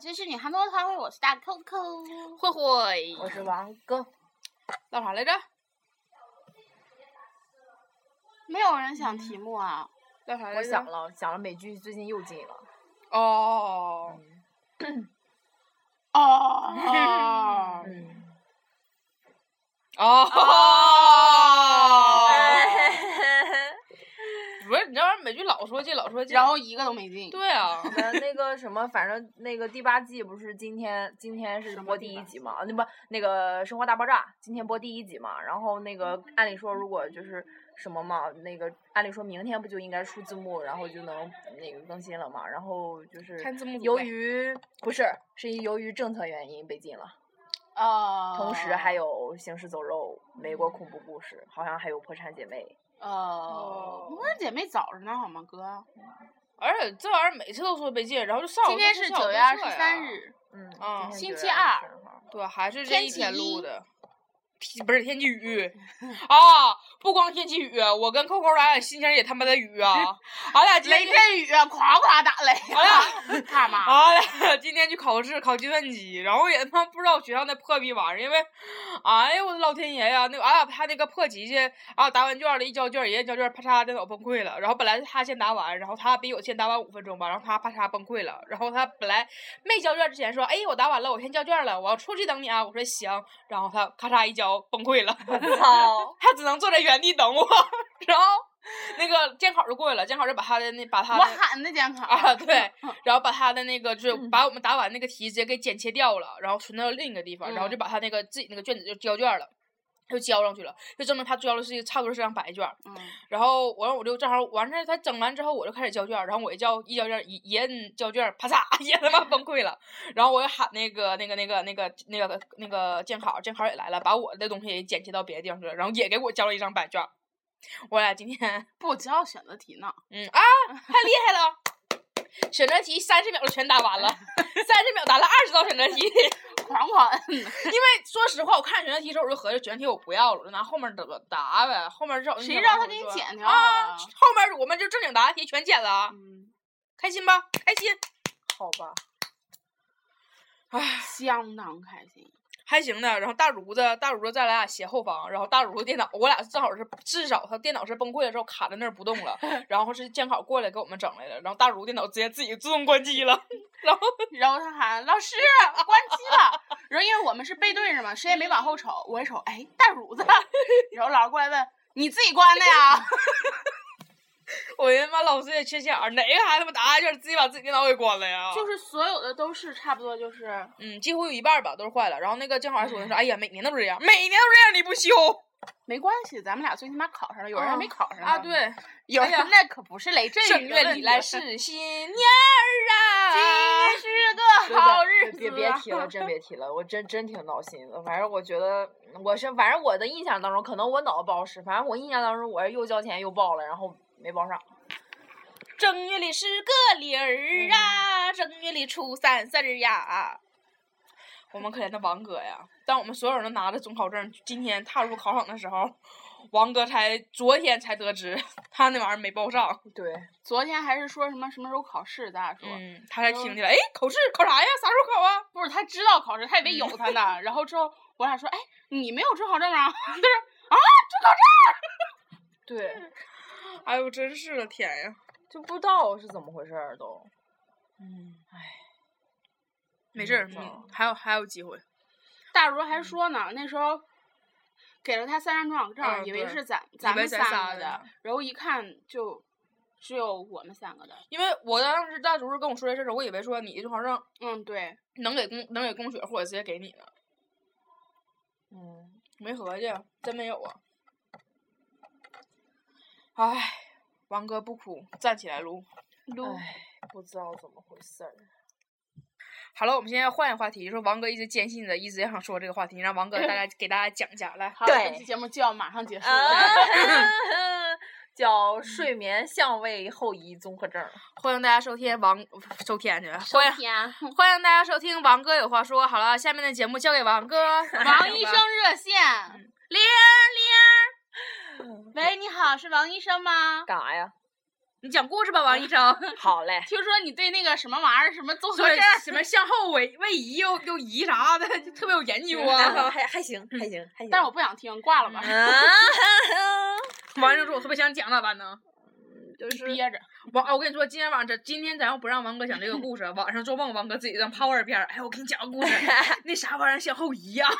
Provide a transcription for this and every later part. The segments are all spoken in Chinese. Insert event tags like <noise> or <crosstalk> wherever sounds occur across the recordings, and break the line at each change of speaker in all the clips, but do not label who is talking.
这是女汉子的话会，我是大 Coco。
慧慧，
我是王哥，
唠啥来着？
没有人想题目啊，
唠啥来着？
我想了想了美剧，最近又进了。
哦，
哦，
嗯，
哦，不是，你知道美剧老说这老说这，
<laughs> 然后一个都没进。
对啊
我，们呃那个什么，反正那个第八季不是今天今天是播第一集嘛？啊那不那个《生活大爆炸》今天播第一集嘛？然后那个按理说如果就是什么嘛，那个按理说明天不就应该出字幕，然后就能那个更新了嘛？然后就是
看字幕组
由
呗
于不是是由于政策原因被禁了，
呃，
同时还有《行尸走肉》《美国恐怖故事》，好像还有《破产姐妹》。
呃，不是姐妹早着呢，好吗，哥？
而且这玩意儿每次都说被禁，然后就上午
今天是九月二十三，日，
嗯，
啊
今天
星
9
期
月
二
23号
对，还是这
天
一
气
天
一
录的。天不是天气雨啊！不光天气雨，我跟扣扣儿咱俩心情也他妈的雨啊！俺俩今天
雷阵雨，咵咵打雷。啊干嘛？
俺俩 <laughs> 今天去考试，考计算机，然后也他妈不知道学校那破逼玩意儿，因为，哎呦我的老天爷呀！那俺俩他那个破机器，啊答完卷儿了，一交卷儿，人家交卷儿，啪嚓电脑崩溃了。然后本来是他先答完，然后他比我先答完五分钟吧，然后他啪嚓崩溃了。然后他本来没交卷儿之前说，哎我答完了，我先交卷儿了，我要出去等你啊。我说行，然后他咔嚓一交崩溃了。
操！
他只能坐在原地等我， <laughs> 然后那个监考就过来了，监考就把他的那把他
我
的
喊的监考。
啊，对，然后把他的那个就是把我们答完那个题直接给剪切掉了，然后存到另一个地方，然后就把他那个自己那个卷子就交卷了，就交上去了，就证明他交的是一个差不多是张白卷儿。
嗯
然后我让我就正好完事儿，他整完之后我就开始交卷儿，然后我一交一交卷儿一一摁交卷儿，啪嚓 <laughs> 也他妈崩溃了。然后我又喊那个那个那个那个那个那个监考，监考也来了，把我的东西也剪切到别的地方去了，然后也给我交了一张白卷儿。我俩今天
不交选择题呢。
嗯啊，太厉害了！选择题三十秒就全答 <laughs> 完了，三十秒答了二十道选择 <laughs> 题。因
狂狂摁的，
为哎说实话，我看选择题的时候，我就合计选择题我不要了，我就拿后面的答呗。后面找
谁让他给你剪掉啊
啊？后面我们就正经答题全剪了啊，
嗯，
开心吧？开心，
好吧，
相当开心。
还行呢。然后大如子，大如子在咱俩斜后方，然后大如子电脑，我俩正好是至少他电脑是崩溃了之后卡在那儿不动
<laughs>
了，然后是监考过来给我们整来了，然后大如电脑直接自己自动关机了，然后。
然后他喊老师关机了，然后因为我们是背对着嘛，谁也没往后瞅，我一瞅，哎，大乳子， <laughs> 然后老师过来问你自己关的呀？ <laughs>
我他妈老师也缺心眼儿，哪个孩子他妈答案就是自己把自己电脑给关了呀？
就是所有的都是差不多，就是
嗯，几乎有一半儿吧都是坏了。然后那个监考还说呢，说哎呀，每年都这样，每年都这样，你不修
没关系，咱们俩最起码考上了，有人还没考上呢
啊？，对，
有
哎呀
人那可不是雷阵
正
雨的
月
问
里
题
来
今
是 <laughs> 新年儿啊！
是个好日子，啊
别别提了，真别提了，我真真挺闹心的。反正我觉得，嗯我是反正我的印象当中，可能我脑子不好使。反正我印象当中，我是又交钱又报了，然后没报上。
正月里是个理儿啊，正月里初三四儿呀。啊我们可怜的王哥呀，当我们所有人都拿着准考证，今天踏入考场的时候，王哥才昨天才得知他那玩意儿没报上。
对，
昨天还是说什么什么时候考试，咱俩说。
嗯，他才听起来，哎，考试考啥呀？啥时候考啊？
不是他知道考试，他以为有他 <laughs> 呢。然后之后我俩说：“哎，你没有准考证啊？”他说：“啊，
对，
哎呦，真是的，天呀！
就不知道是怎么回事儿都。嗯，
没事儿，
嗯
嗯还有还有机会。
大如还说呢，那时候给了他三张准考证，
嗯
以为
对
是咱
以
咱
为
们
咱
三
仨
个
的
的，然后一看就只有我们三个的。
因为我当时大厨师跟我说这事儿，我以为说你这好像
嗯，对，
能给公能给公雪或者直接给你呢，
嗯，
没合计，真没有啊。哎，王哥不哭，站起来撸。
撸
唉，不知道怎么回事 <laughs> 儿。
好了，我们现在换一个话题，说王哥一直坚信着，一直也想说这个话题，让王哥 <laughs> 大家给大家讲一下来。
好了，
对呃
这期节目就要马上结束了。
啊，叫睡眠相位后移综合症。
欢迎大家收听王收听去，欢迎
天，
<laughs> 欢迎大家收听《王哥有话说》。好了，下面的节目交给王 <laughs> 哥。
<laughs> 王医生热线，铃儿铃儿，喂，你好，是王医生吗？
干啥呀？
你讲故事吧，王医 <laughs> 生。
<laughs> 好 <laughs> 嘞，
听说你对那个什么玩意儿，什么综合
对
症儿，
什么向后位位移又又移啥的，就特别有研究
啊
啊。
还还行，还行，还行。
<laughs>
但是我不想听，挂了吧，
嗯
啊，
<laughs> 王医生说：“我特别想讲咋办呢？”
就是
憋着。
王，啊我跟你说，今天晚上这今天咱要不让王哥讲这个故事，晚上做梦王哥自己在泡二片儿。哎，我给你讲个 <laughs> 故事，那啥玩意儿向后移呀、 <laughs>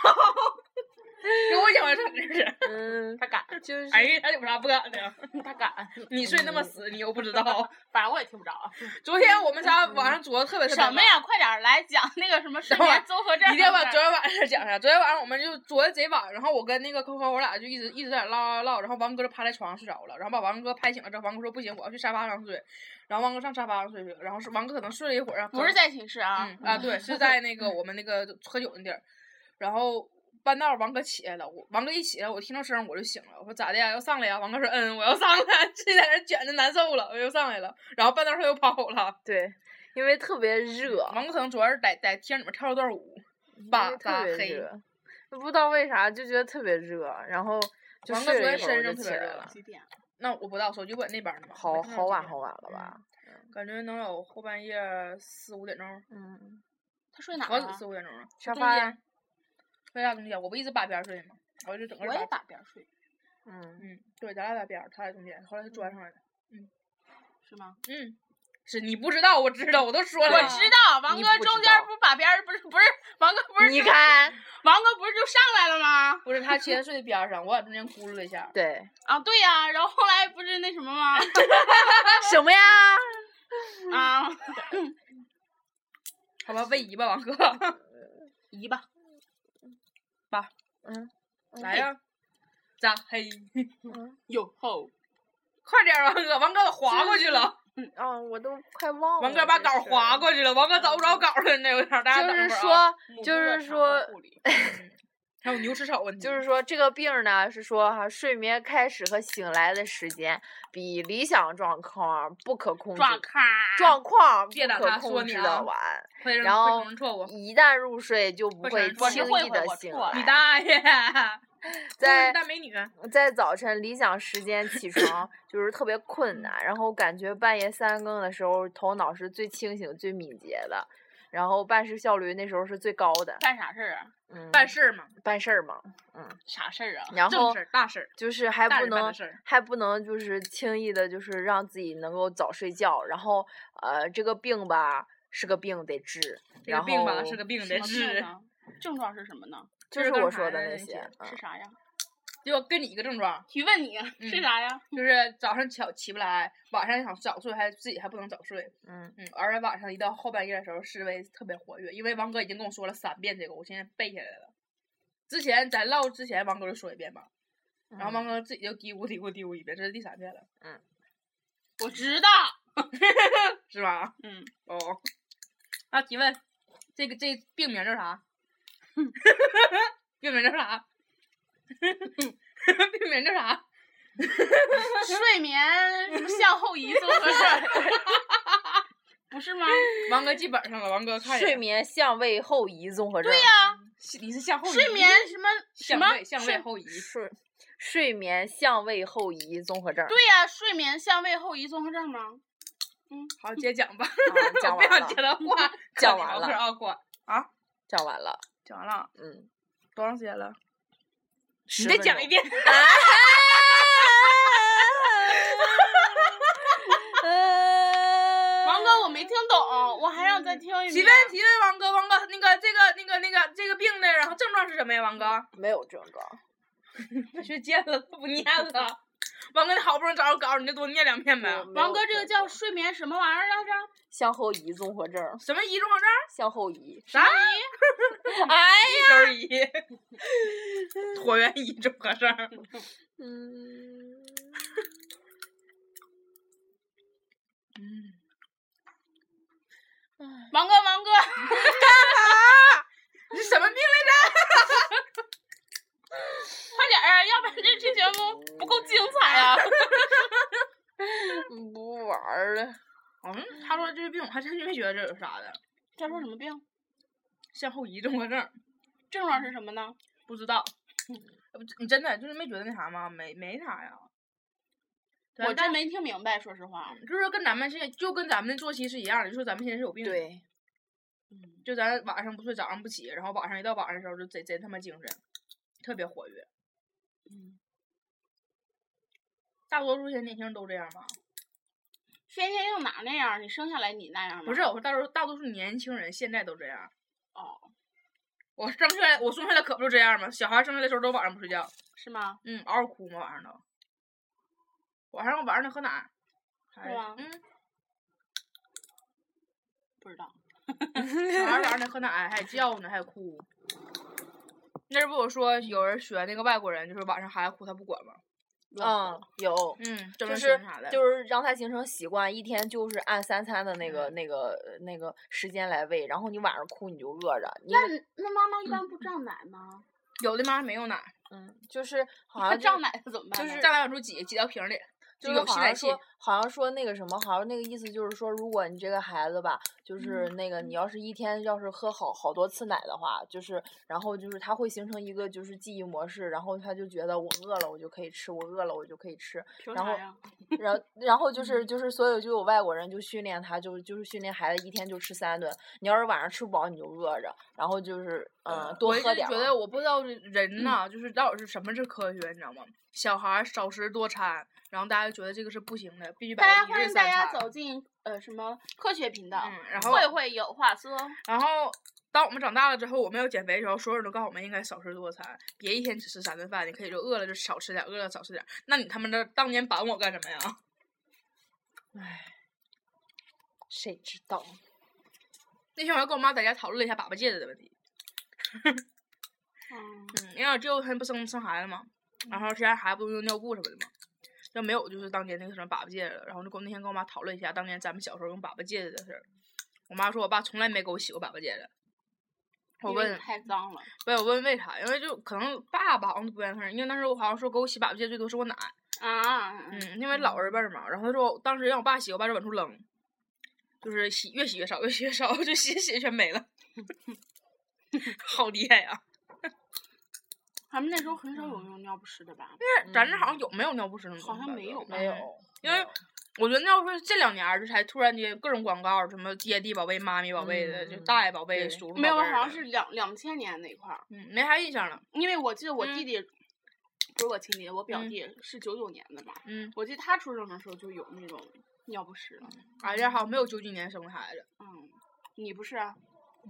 给我讲完事儿真是，
嗯，
他敢，
就是
哎呀，他有啥不敢的？
他敢，
你睡那么死，你又不知 <laughs> 道。
反正我也听不着。
昨天我们仨晚上琢磨特别特别
什么呀？快点儿来讲那个什么睡
等会儿
眠综合症儿。
一定要把昨天晚上讲上。昨天晚上我们就昨天贼晚，然后我跟那个扣扣，我俩就一直一直在那唠唠唠，然后王哥就趴在床上睡着了，然后把王哥拍醒了之后，王哥说不行，我要去沙发上睡，然后王哥上沙发上睡去了，然后是王哥可能睡了一会儿，然后
不是在寝室啊，
嗯啊对，是在那个我们那个喝酒那地儿，然后。半道儿王哥起来了，我王哥一起来，我听到声儿我就醒了，我说咋的呀？要上来呀？王哥说嗯，我要上 <laughs> 来，自己在那儿卷着难受了，我又上来了。然后半道儿他又跑了。
对，因为特
嗯
别热，
王哥可能主要是在在厅里面跳了段舞，
因
吧
为
吧
特别
黑
热，不知道为啥就觉得特别热，然后就
王哥
睡
昨
了
天
一会
身
儿我
上
就
特
起
别
来
热
了，
几点？
那我不知道，手机搁那边儿呢嘛。我没
好
看
好
到
晚
几点
好晚了吧？
感觉能有后半夜四五点钟，
嗯，
他睡哪儿啊
我死
了
四？五点钟了。啊
沙
中
发
间，为啥中间？我不一直把边儿睡吗？我就整个
我也
把，
打边儿睡，
嗯，
嗯，对，咱俩把边儿，他在中间，后来他钻上来的。
是吗？
嗯，是你不知道，我知道，我都说了。
我知道，王
啊你
哥
不
中
知
间
道
不是把边儿不是不是王哥不是
嗯
你
就
看，
王哥不是就上来了吗？
不是他先睡的边儿上，我往中间咕噜了一下。 <laughs>
对，
啊，对呀、然后后来不是那什么 <laughs> 吗？
<laughs> 什么呀？
啊，
好吧，位移吧，王哥，
移吧，
来呀，咋嘿？嗯 <laughs>
哟吼，
快点儿，王哥，王哥我划过去了，
啊，
哦
我都快忘了。
王哥把稿儿划
去。
过去了，王哥找不着稿儿了，那有点儿，大家
就
等
是
会儿啊
说，
母
就
猪的
是
产后
说
护理嗯
<laughs>
还有牛吃草问题，
就是说这个病儿呢，是说哈、睡眠开始和醒来的时间比理想状况不可控制，
撞咔，
状况不
别打
可
他说
控
你
制
啊
的晚，
会
然
会
后
承认错误。
一旦入睡就不
会承
会
认错
我
误
轻
是
易
会
的
会我
醒
错了
你
来。
大
<laughs>
爷！
在
大美女，
在早晨理想时间起床就是特别困难，然后感觉半夜三更的时候头脑是最清醒、最敏捷的，然后办事效率那时候是最高的。
干啥事儿啊？
嗯，
办事儿嘛，
办事儿嘛，
啥事儿啊？
然
正
后
事儿、大事儿。
就是还
大
不
人办的
能
事儿
还不能就是轻易的，就是让自己能够早睡觉。然后呃，这个病吧是个病得治，
这个
然
病吧
后
是个病
什
得
么病
啊
治，
呢？症状是什么呢？
就
就是是
我
刚
说
才
的那
那
些
些，
嗯
是啥呀？
就跟你一个症状，
提问你啊是
嗯
啥呀？
就是早上起起不来，晚上想早睡还自己还不能早睡，
嗯
嗯，而且晚上一到后半夜的时候思维特别活跃，因为王哥已经跟我说了三遍这个，我现在背下来了。之前咱唠之前，王哥就说一遍嘛，然后
嗯
王哥自己就嘀咕嘀咕嘀咕一遍，这是第三遍了，
我知道，
是吧？
<laughs> 嗯，
哦，那提问，这个这病名叫啥？ <laughs> 病名叫啥？ <laughs> 病名叫啥？
睡眠什么向后移综合
<laughs>
症，不是吗？
王哥记本上了，王哥看一
睡
眼
眠向位后移综合症。
对呀，
是你是向后移
睡眠什么什
向
么
位向
睡
位后移，
睡睡眠向位后移综合症。
对呀、睡眠向位后移综合症吗？
好接着讲吧，
啊讲
<laughs>
我不
完
想接，
了
他话，
讲完了
啊，管
讲完了，
讲完了，
嗯，
多长时间了？哎你
10
再
分
讲
钟
一。 <laughs> 遍，
<laughs> <laughs> 王
呃
哥，我没听懂，我还想再听一
提
遍。
问提问，王哥，王哥，那个这个那个那个这个病的，然后症状是什么呀，王哥？
没有症状，
他学贱了，他不念了。 <laughs> 王哥，你好不容易找着稿，你就多念两遍呗
我。没
王
有
哥，这个
症
叫
状
睡眠什么玩意儿来着？
向后移综合症，
什么移综合
<laughs>
症？
向后移，
啥移？哎
<laughs>
呀，一周移，椭圆移综合症。
嗯，
嗯，
王哥，王哥，
你什么病来
快点儿啊，要不然这期节目不够精彩啊！ <laughs>
不玩儿了。
着？嗯，他说这病，我还真没觉得这有啥的。
他说什么病？
向后移综合症，
症状是什么呢？
嗯
不知道。呃不你真的就是没觉得那啥吗？没没啥呀。对
我
但
真没听明白，说实话。
就是跟咱们现在就跟咱们的作息是一样的，就说咱们现在是有病的，
对，
嗯，
就咱晚上不睡，早上不起，然后晚上一到晚上的时候就贼贼他妈精神，特别活跃。
嗯，
大多数现在年轻人都这样吧？
先天性哪那样？你生下来你那样吗？
不是，，我说大多大多数年轻人现在都这样。
哦，
我生下来，我生下来可不就这样吗？小孩生下来的时候都晚上不睡觉，
是吗？
嗯，嗷嗷哭嘛，晚上都。晚上晚上得喝奶，还
是吗
嗯，
不知道。
小孩晚上得喝奶，还叫呢，还哭。那不我说有人学那个外国人，就是晚上孩子哭他不管吗？
嗯，有，
嗯，
就
就是啥的，
就是让他形成习惯，一天就是按三餐的那个
嗯
那个呃那个时间来喂，然后你晚上哭你就饿着，因
那
为
那妈妈一般不胀奶吗？
有的妈没有奶，
嗯，就是好
她
像
<laughs>
就
胀
是
奶她怎么办
就
呢？
是
再往出挤，挤到瓶里，
就是
有吸
好
奶
像
器。
说好像说那个什么，好像那个意思就是说，如果你这个孩子吧，就是那个你要是一天要是喝好好多次奶的话，就是然后就是他会形成一个就是记忆模式，然后他就觉得我饿了我就可以吃，我饿了我就可以吃，
凭
然
啥
后
呀？
然后，然后就是就是，所有就有外国人就训练他，就就是训练孩子一天就吃三顿。你要是晚上吃不饱，你就饿着，然后就是嗯，多
我就
喝点儿
觉
嘛。
得我不知道人呐、就是到底是什么是科学，你知道吗？小孩儿少食多餐，然后大家就觉得这个是不行的，必须
大家
百分
欢
之
迎
三
大
餐
家。走进呃什么科学频道，
嗯，然后
慧慧有话说。
然后当我们长大了之后，我们要减肥的时候，所有人都告诉我们应该少吃多餐，别一天只吃三顿饭，你可以就饿了就少吃点，饿了少吃点。那你他妈的当年板我干什么呀？ <laughs>
谁知道？
那天我还跟我妈在家讨论了一下粑粑戒指的问题。
嗯，
嗯，因为我舅他不生生孩子嘛，然后现在孩子不用尿布什么的嘛，要没有就是当年那个什么粑粑戒指了。然后就跟我那天跟我妈讨论一下当年咱们小时候用粑粑戒指的事儿。我妈说我爸从来没给我洗过粑粑戒指。我
因为
问，
太脏了。
不是我问为啥？因为就可能爸爸好像不愿意看，因为当时我好像说给我洗粑粑戒指最多是我奶，
啊，
嗯，因为老人辈儿嘛。然后他说我当时让我爸洗，我爸就往出扔，就是洗越洗越少，越洗越少，就洗着洗着全没了，好厉害呀、
咱们那时候很少有用尿不湿的吧？
但咱这好像有没有尿不湿那种
好像
吧
没
都
有吧
没有，
因为我觉得要说这两年儿，就才突然间各种广告，什么爹地宝贝、妈咪宝贝的，就
嗯
大爷宝贝、
对
叔叔宝贝
没有，
儿
好像
的
是两两千年那块儿，
嗯，没啥印象了。
因为我记得我
嗯
弟弟，不是我亲弟，我表
嗯
弟是九九年的吧？
嗯，
我记得他出生的时候就有那种尿不湿了。
俺哎家好像没有九几年生的孩子，
嗯，你不是啊？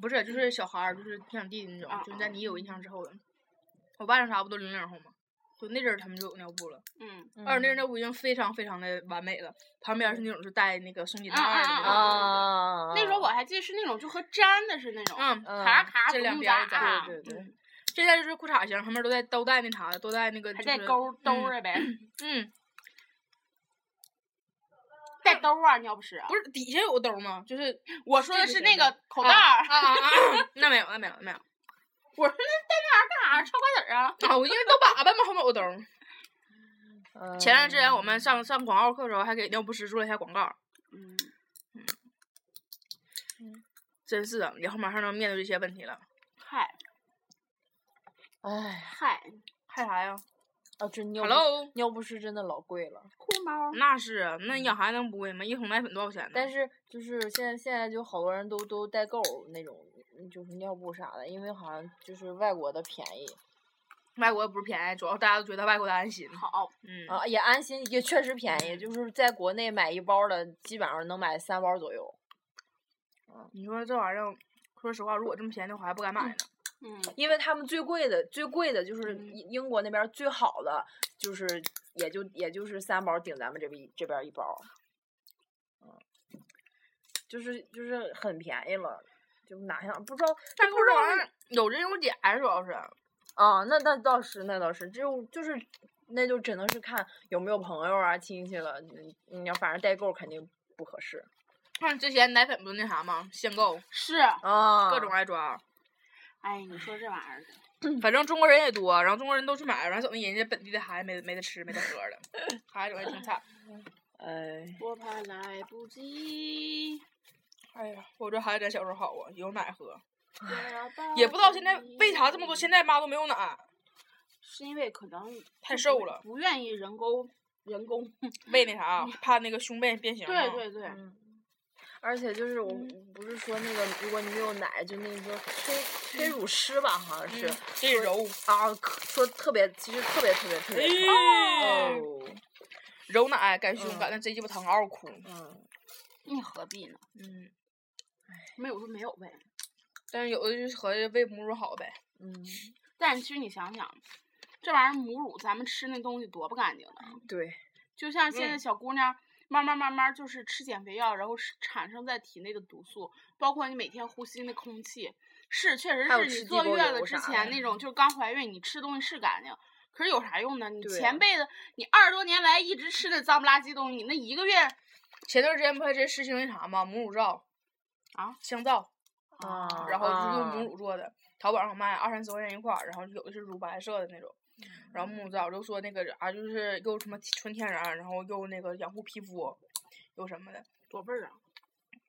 不是，就是小孩儿，就是像弟弟那
啊
种，就是在你有印象之后的。我爸那啥不都零零后吗？就那阵儿他们就有尿布了，
嗯，
而且那阵儿
嗯
尿布已经非常非常的完美了，旁边是那种就带那个松紧带
啊
儿的
啊啊啊
那种。
嗯啊，
那时候我还记得是那种就和粘的是那种，
嗯，
嗯
卡卡
这两
总
边儿
扎啊
在，
对对对
嗯
现在就是裤衩型，旁边都带都带那啥的，都带那个、就
还
是。
带钩儿兜
嗯
儿的呗，
嗯，
带兜儿啊，尿不湿啊
不。是底下有个兜儿吗？就是
我说的
这
是
个
那
是
个口袋
口
儿，
啊啊啊啊！那没有，那没有，那没有。
我说那带那玩意儿干啥？臭瓜子儿啊？
啊，我因为都粑粑嘛，后面有兜儿。
嗯
前段时间我们上上广告课的时候，还给尿不湿做了一下广告，
嗯，
真是的，以后马上能面对这些问题了。
嗨
哎
嗨，
害啥呀
啊，这尿不湿
？Hello，
尿不湿真的老贵了。
酷猫儿。
那是啊，那养孩子能不贵吗？一桶奶粉多少钱呢？
但是就是现在现在就好多人都都代购那种就是尿布啥的，因为好像就是外国的便宜
外国也不是便宜，主要大家都觉得外国的安心。
好，
嗯，
啊，也安心，也确实便宜，就是在国内买一包的基本上能买三包左右。
你说这玩意儿，说实话，如果这么便宜的话，还不敢买呢。
嗯，
因为他们最贵的最贵的就是
嗯
英英国那边儿最好的，就是也就也就是三包顶咱们这边一这边儿一包儿，嗯，就是就是很便宜了，就哪像不知道
但不知道这玩意儿有真有假，主要是。
啊，那那倒是那倒是，只有就是那就只能是看有没有朋友啊亲戚了，你你要反正代购肯定不合适
看之前奶粉不是那啥吗？限购，
是，
啊，
各种挨抓。
哎，你说这玩意儿的，
反正中国人也多，然后中国人都去买，然后整的人家本地的孩子没没得吃没得喝的，孩子整的挺惨。
哎，
我怕来不及。
哎呀，我这孩子咱小时候好啊，有奶喝，也
也
不知道现在为啥这么多，现在妈都没有奶。
是因为可能
太
就
瘦
不
了
不愿意人工人工。
为那啥，啊怕那个胸变变形。啊
对。对对，
嗯，而且就是我
嗯
不是说那个，如果你没有奶，就那个叫催催乳师吧，好像是
嗯，这揉
啊，可说特别，其实特别特别特别疼。
哎
哦，
揉奶改胸
嗯
感，那贼鸡巴疼，嗷哭。
嗯
那何必呢？
嗯，
没有就没有呗。
但是有的就是合计为母乳好呗。
嗯，
但其实你想想，这玩意儿母乳，咱们吃那东西多不干净呢。
对，
就像现在
嗯
小姑娘。慢慢慢慢就是吃减肥药，然后是产生在体内的毒素，包括你每天呼吸那空气，是确实
还有
是
吃
你
地
坐
沟
月
油
子之
啥
前
的
那种，就是刚怀孕你吃东西是干净，可是有啥用呢？你
对
前
啊
辈子你二十多年来一直吃那脏不拉几东西，你那一个月
前段时间不还真实行那啥吗？母乳皂
啊，
香皂，
啊
嗯
然后就是用
啊
母乳做的，淘宝上卖二三十块钱一块儿，然后有的是乳白色的那种，
嗯
然后母乳皂就说那个啥、就是又什么纯天然，然后又那个养护皮肤，又什么的。
多味儿啊！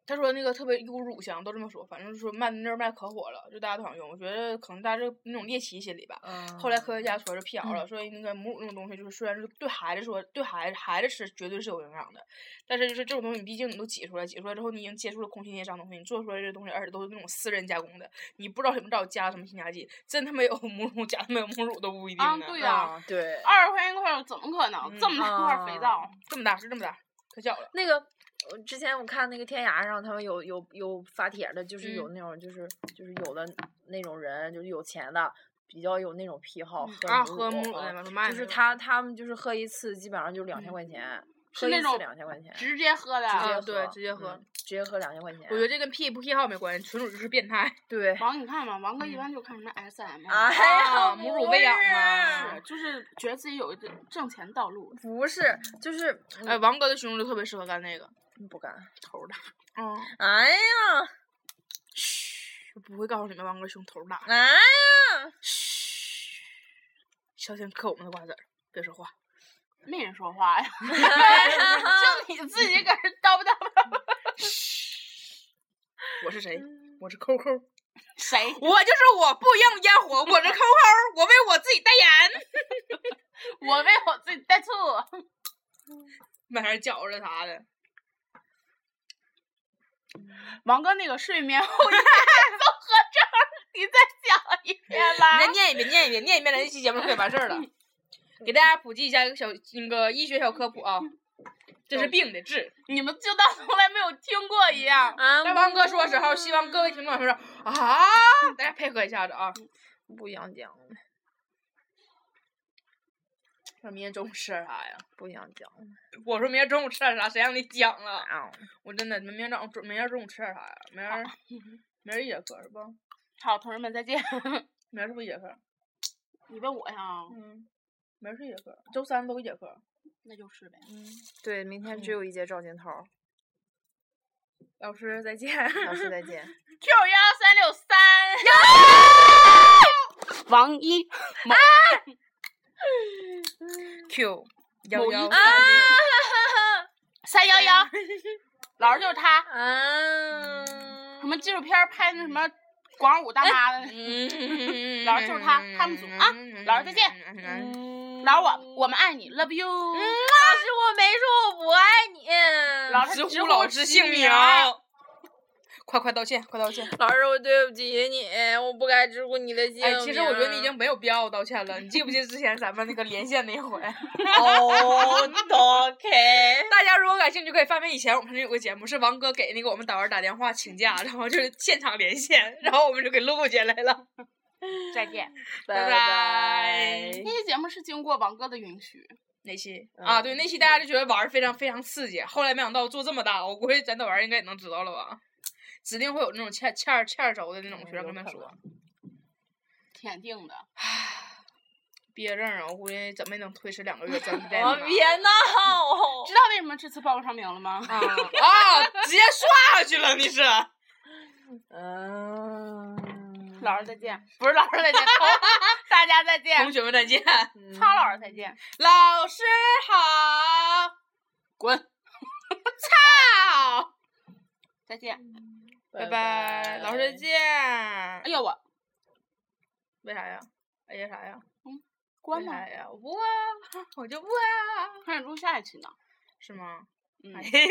他说那个特别有乳香，都这么说，反正说卖那阵儿卖可火了，就大家都想用。我觉得可能大家是那种猎奇心理吧。
嗯
后来科学家说是辟谣
嗯
了，说那个母乳那种东西，就是虽然是对孩子说对孩子孩子吃绝对是有营养的，但是就是这种东西，你毕竟你都挤出来，挤出来之后你已经接触了空气那些脏东西，你做出来这东西，而且都是那种私人加工的，你不知道什么知道加了什么添加剂，真他妈有 <laughs> 母乳，假他妈有母乳都不一定
啊
呢。
对呀
啊，对，
二十块钱一块儿怎么可能？这
嗯
么大块儿肥
啊
皂，
这么大是这么大，可小了。
那个。我之前我看那个天涯上，他们有有有发帖的，就是
嗯
有那种就是就是有的那种人，就是有钱的，比较有那种癖好，
啊，
喝
喝母乳
哎
啊
的嘛，卖
就是
那种
他他们就是喝一次，基本上就两千
嗯
块钱，
是
喝
那
一次
种
两千块钱，
直接喝的
直
啊。
接
啊
喝，
对直接喝
嗯直接喝两千块
哎
钱。
我觉得这哦跟癖不癖好没关系，纯属就是变态。
对，
王，你看吧，王
嗯
哥一般就看什么 SM，啊、
哎呀，
啊母
不
乳喂养
是
嘛
是就是觉得自己有一个挣钱道路，
不是，就是嗯
嗯
哎，王哥的胸就特别适合干那个。
不敢。
头大。
嗯，
哎呀，
嘘，不会告诉你们王哥胸头大。
哎呀，
嘘，小心嗑我们的瓜子儿，别说话。
没人说话 <laughs> 呀，就你自己搁这叨不叨吧？
我是谁？
嗯
我是扣扣，我
<laughs> 谁？
就是我，不应烟火，我是扣扣，我为我自己代言。
我为我自己带 <laughs> 醋。
买点饺子啥的，
王哥那个睡眠后遗症综合症，你再讲一遍吧。
你再念一遍，念一遍，念一遍，咱这期节目就可以完事儿了。给大家普及一下一个小那个医学小科普啊，这是病的治。
你们就当从来没有听过一样。
啊
在汪哥说的时候，希望各位听众朋友说啊，大家配合一下子啊。
不想讲，
说明天中午吃点啥呀？
不想讲
我说明天中午吃点啥，谁让你讲了？
啊！
我真的，明天早上中，明天中午吃点啥呀？明儿，明儿一节课是不？
好，同志们再见。
明儿是不是一节课？
你问我呀，
嗯，明儿是一节课，周三都一节课。
那就是呗。
嗯，
对，明天只有一节照镜头儿，
老师再见。
老师再见。
Q 幺三六三。王一
<laughs> Q
某
幺
一
幺
天三幺 <laughs> 幺，老师就是他。
啊，
什么纪录片儿拍那什么广场舞大妈的，
嗯，
老师就是他他们组啊老师再见
见。
老师我我们爱你，love you。 <laughs>
老师，我没说我不爱你。
老师
直
直
呼老
呼
师
其
姓
名
名
儿。
快快道歉，快道歉！
老师，我对不起你，我不该直呼你的姓
哎，其实我觉得你已
名
经没有必要道歉了。你记不记得之前咱们那个连线那 <laughs> 回？
<laughs> 哦，OK，
大家如果感兴趣，可以翻翻以前我们那有个节目，是王哥给那个我们导员打电话请假，然后就是现场连线，然后我们就给录下来了。
再见。
拜拜
拜拜。
那期节目是经过王哥的允许，
那期、
嗯
啊，对，那期大家就觉得玩儿非常非常刺激，后来没想到做这么大，我估计咱导员应该也能知道了吧。指定会有那种欠欠欠轴的那种学生跟他们说，
天定的。
毕业证啊，我估计怎么也能推迟两个月交
<laughs>
代
我
码
别闹！
知道为什么这次报不上名了吗？
啊啊，直接刷下去了，你是？
嗯，
老师再见， <laughs> 不是老师再见，同大家再
同
见，
学们再见，
苍老师再见，
老师好。
滚，操，再见。
拜拜，老师再见。
哎呦我。
为啥呀？哎呀啥呀？
嗯，关
啥
吧，
<laughs> 呀？我不啊，我就不啊，
还得录下一期呢。
是吗？哎
嗯。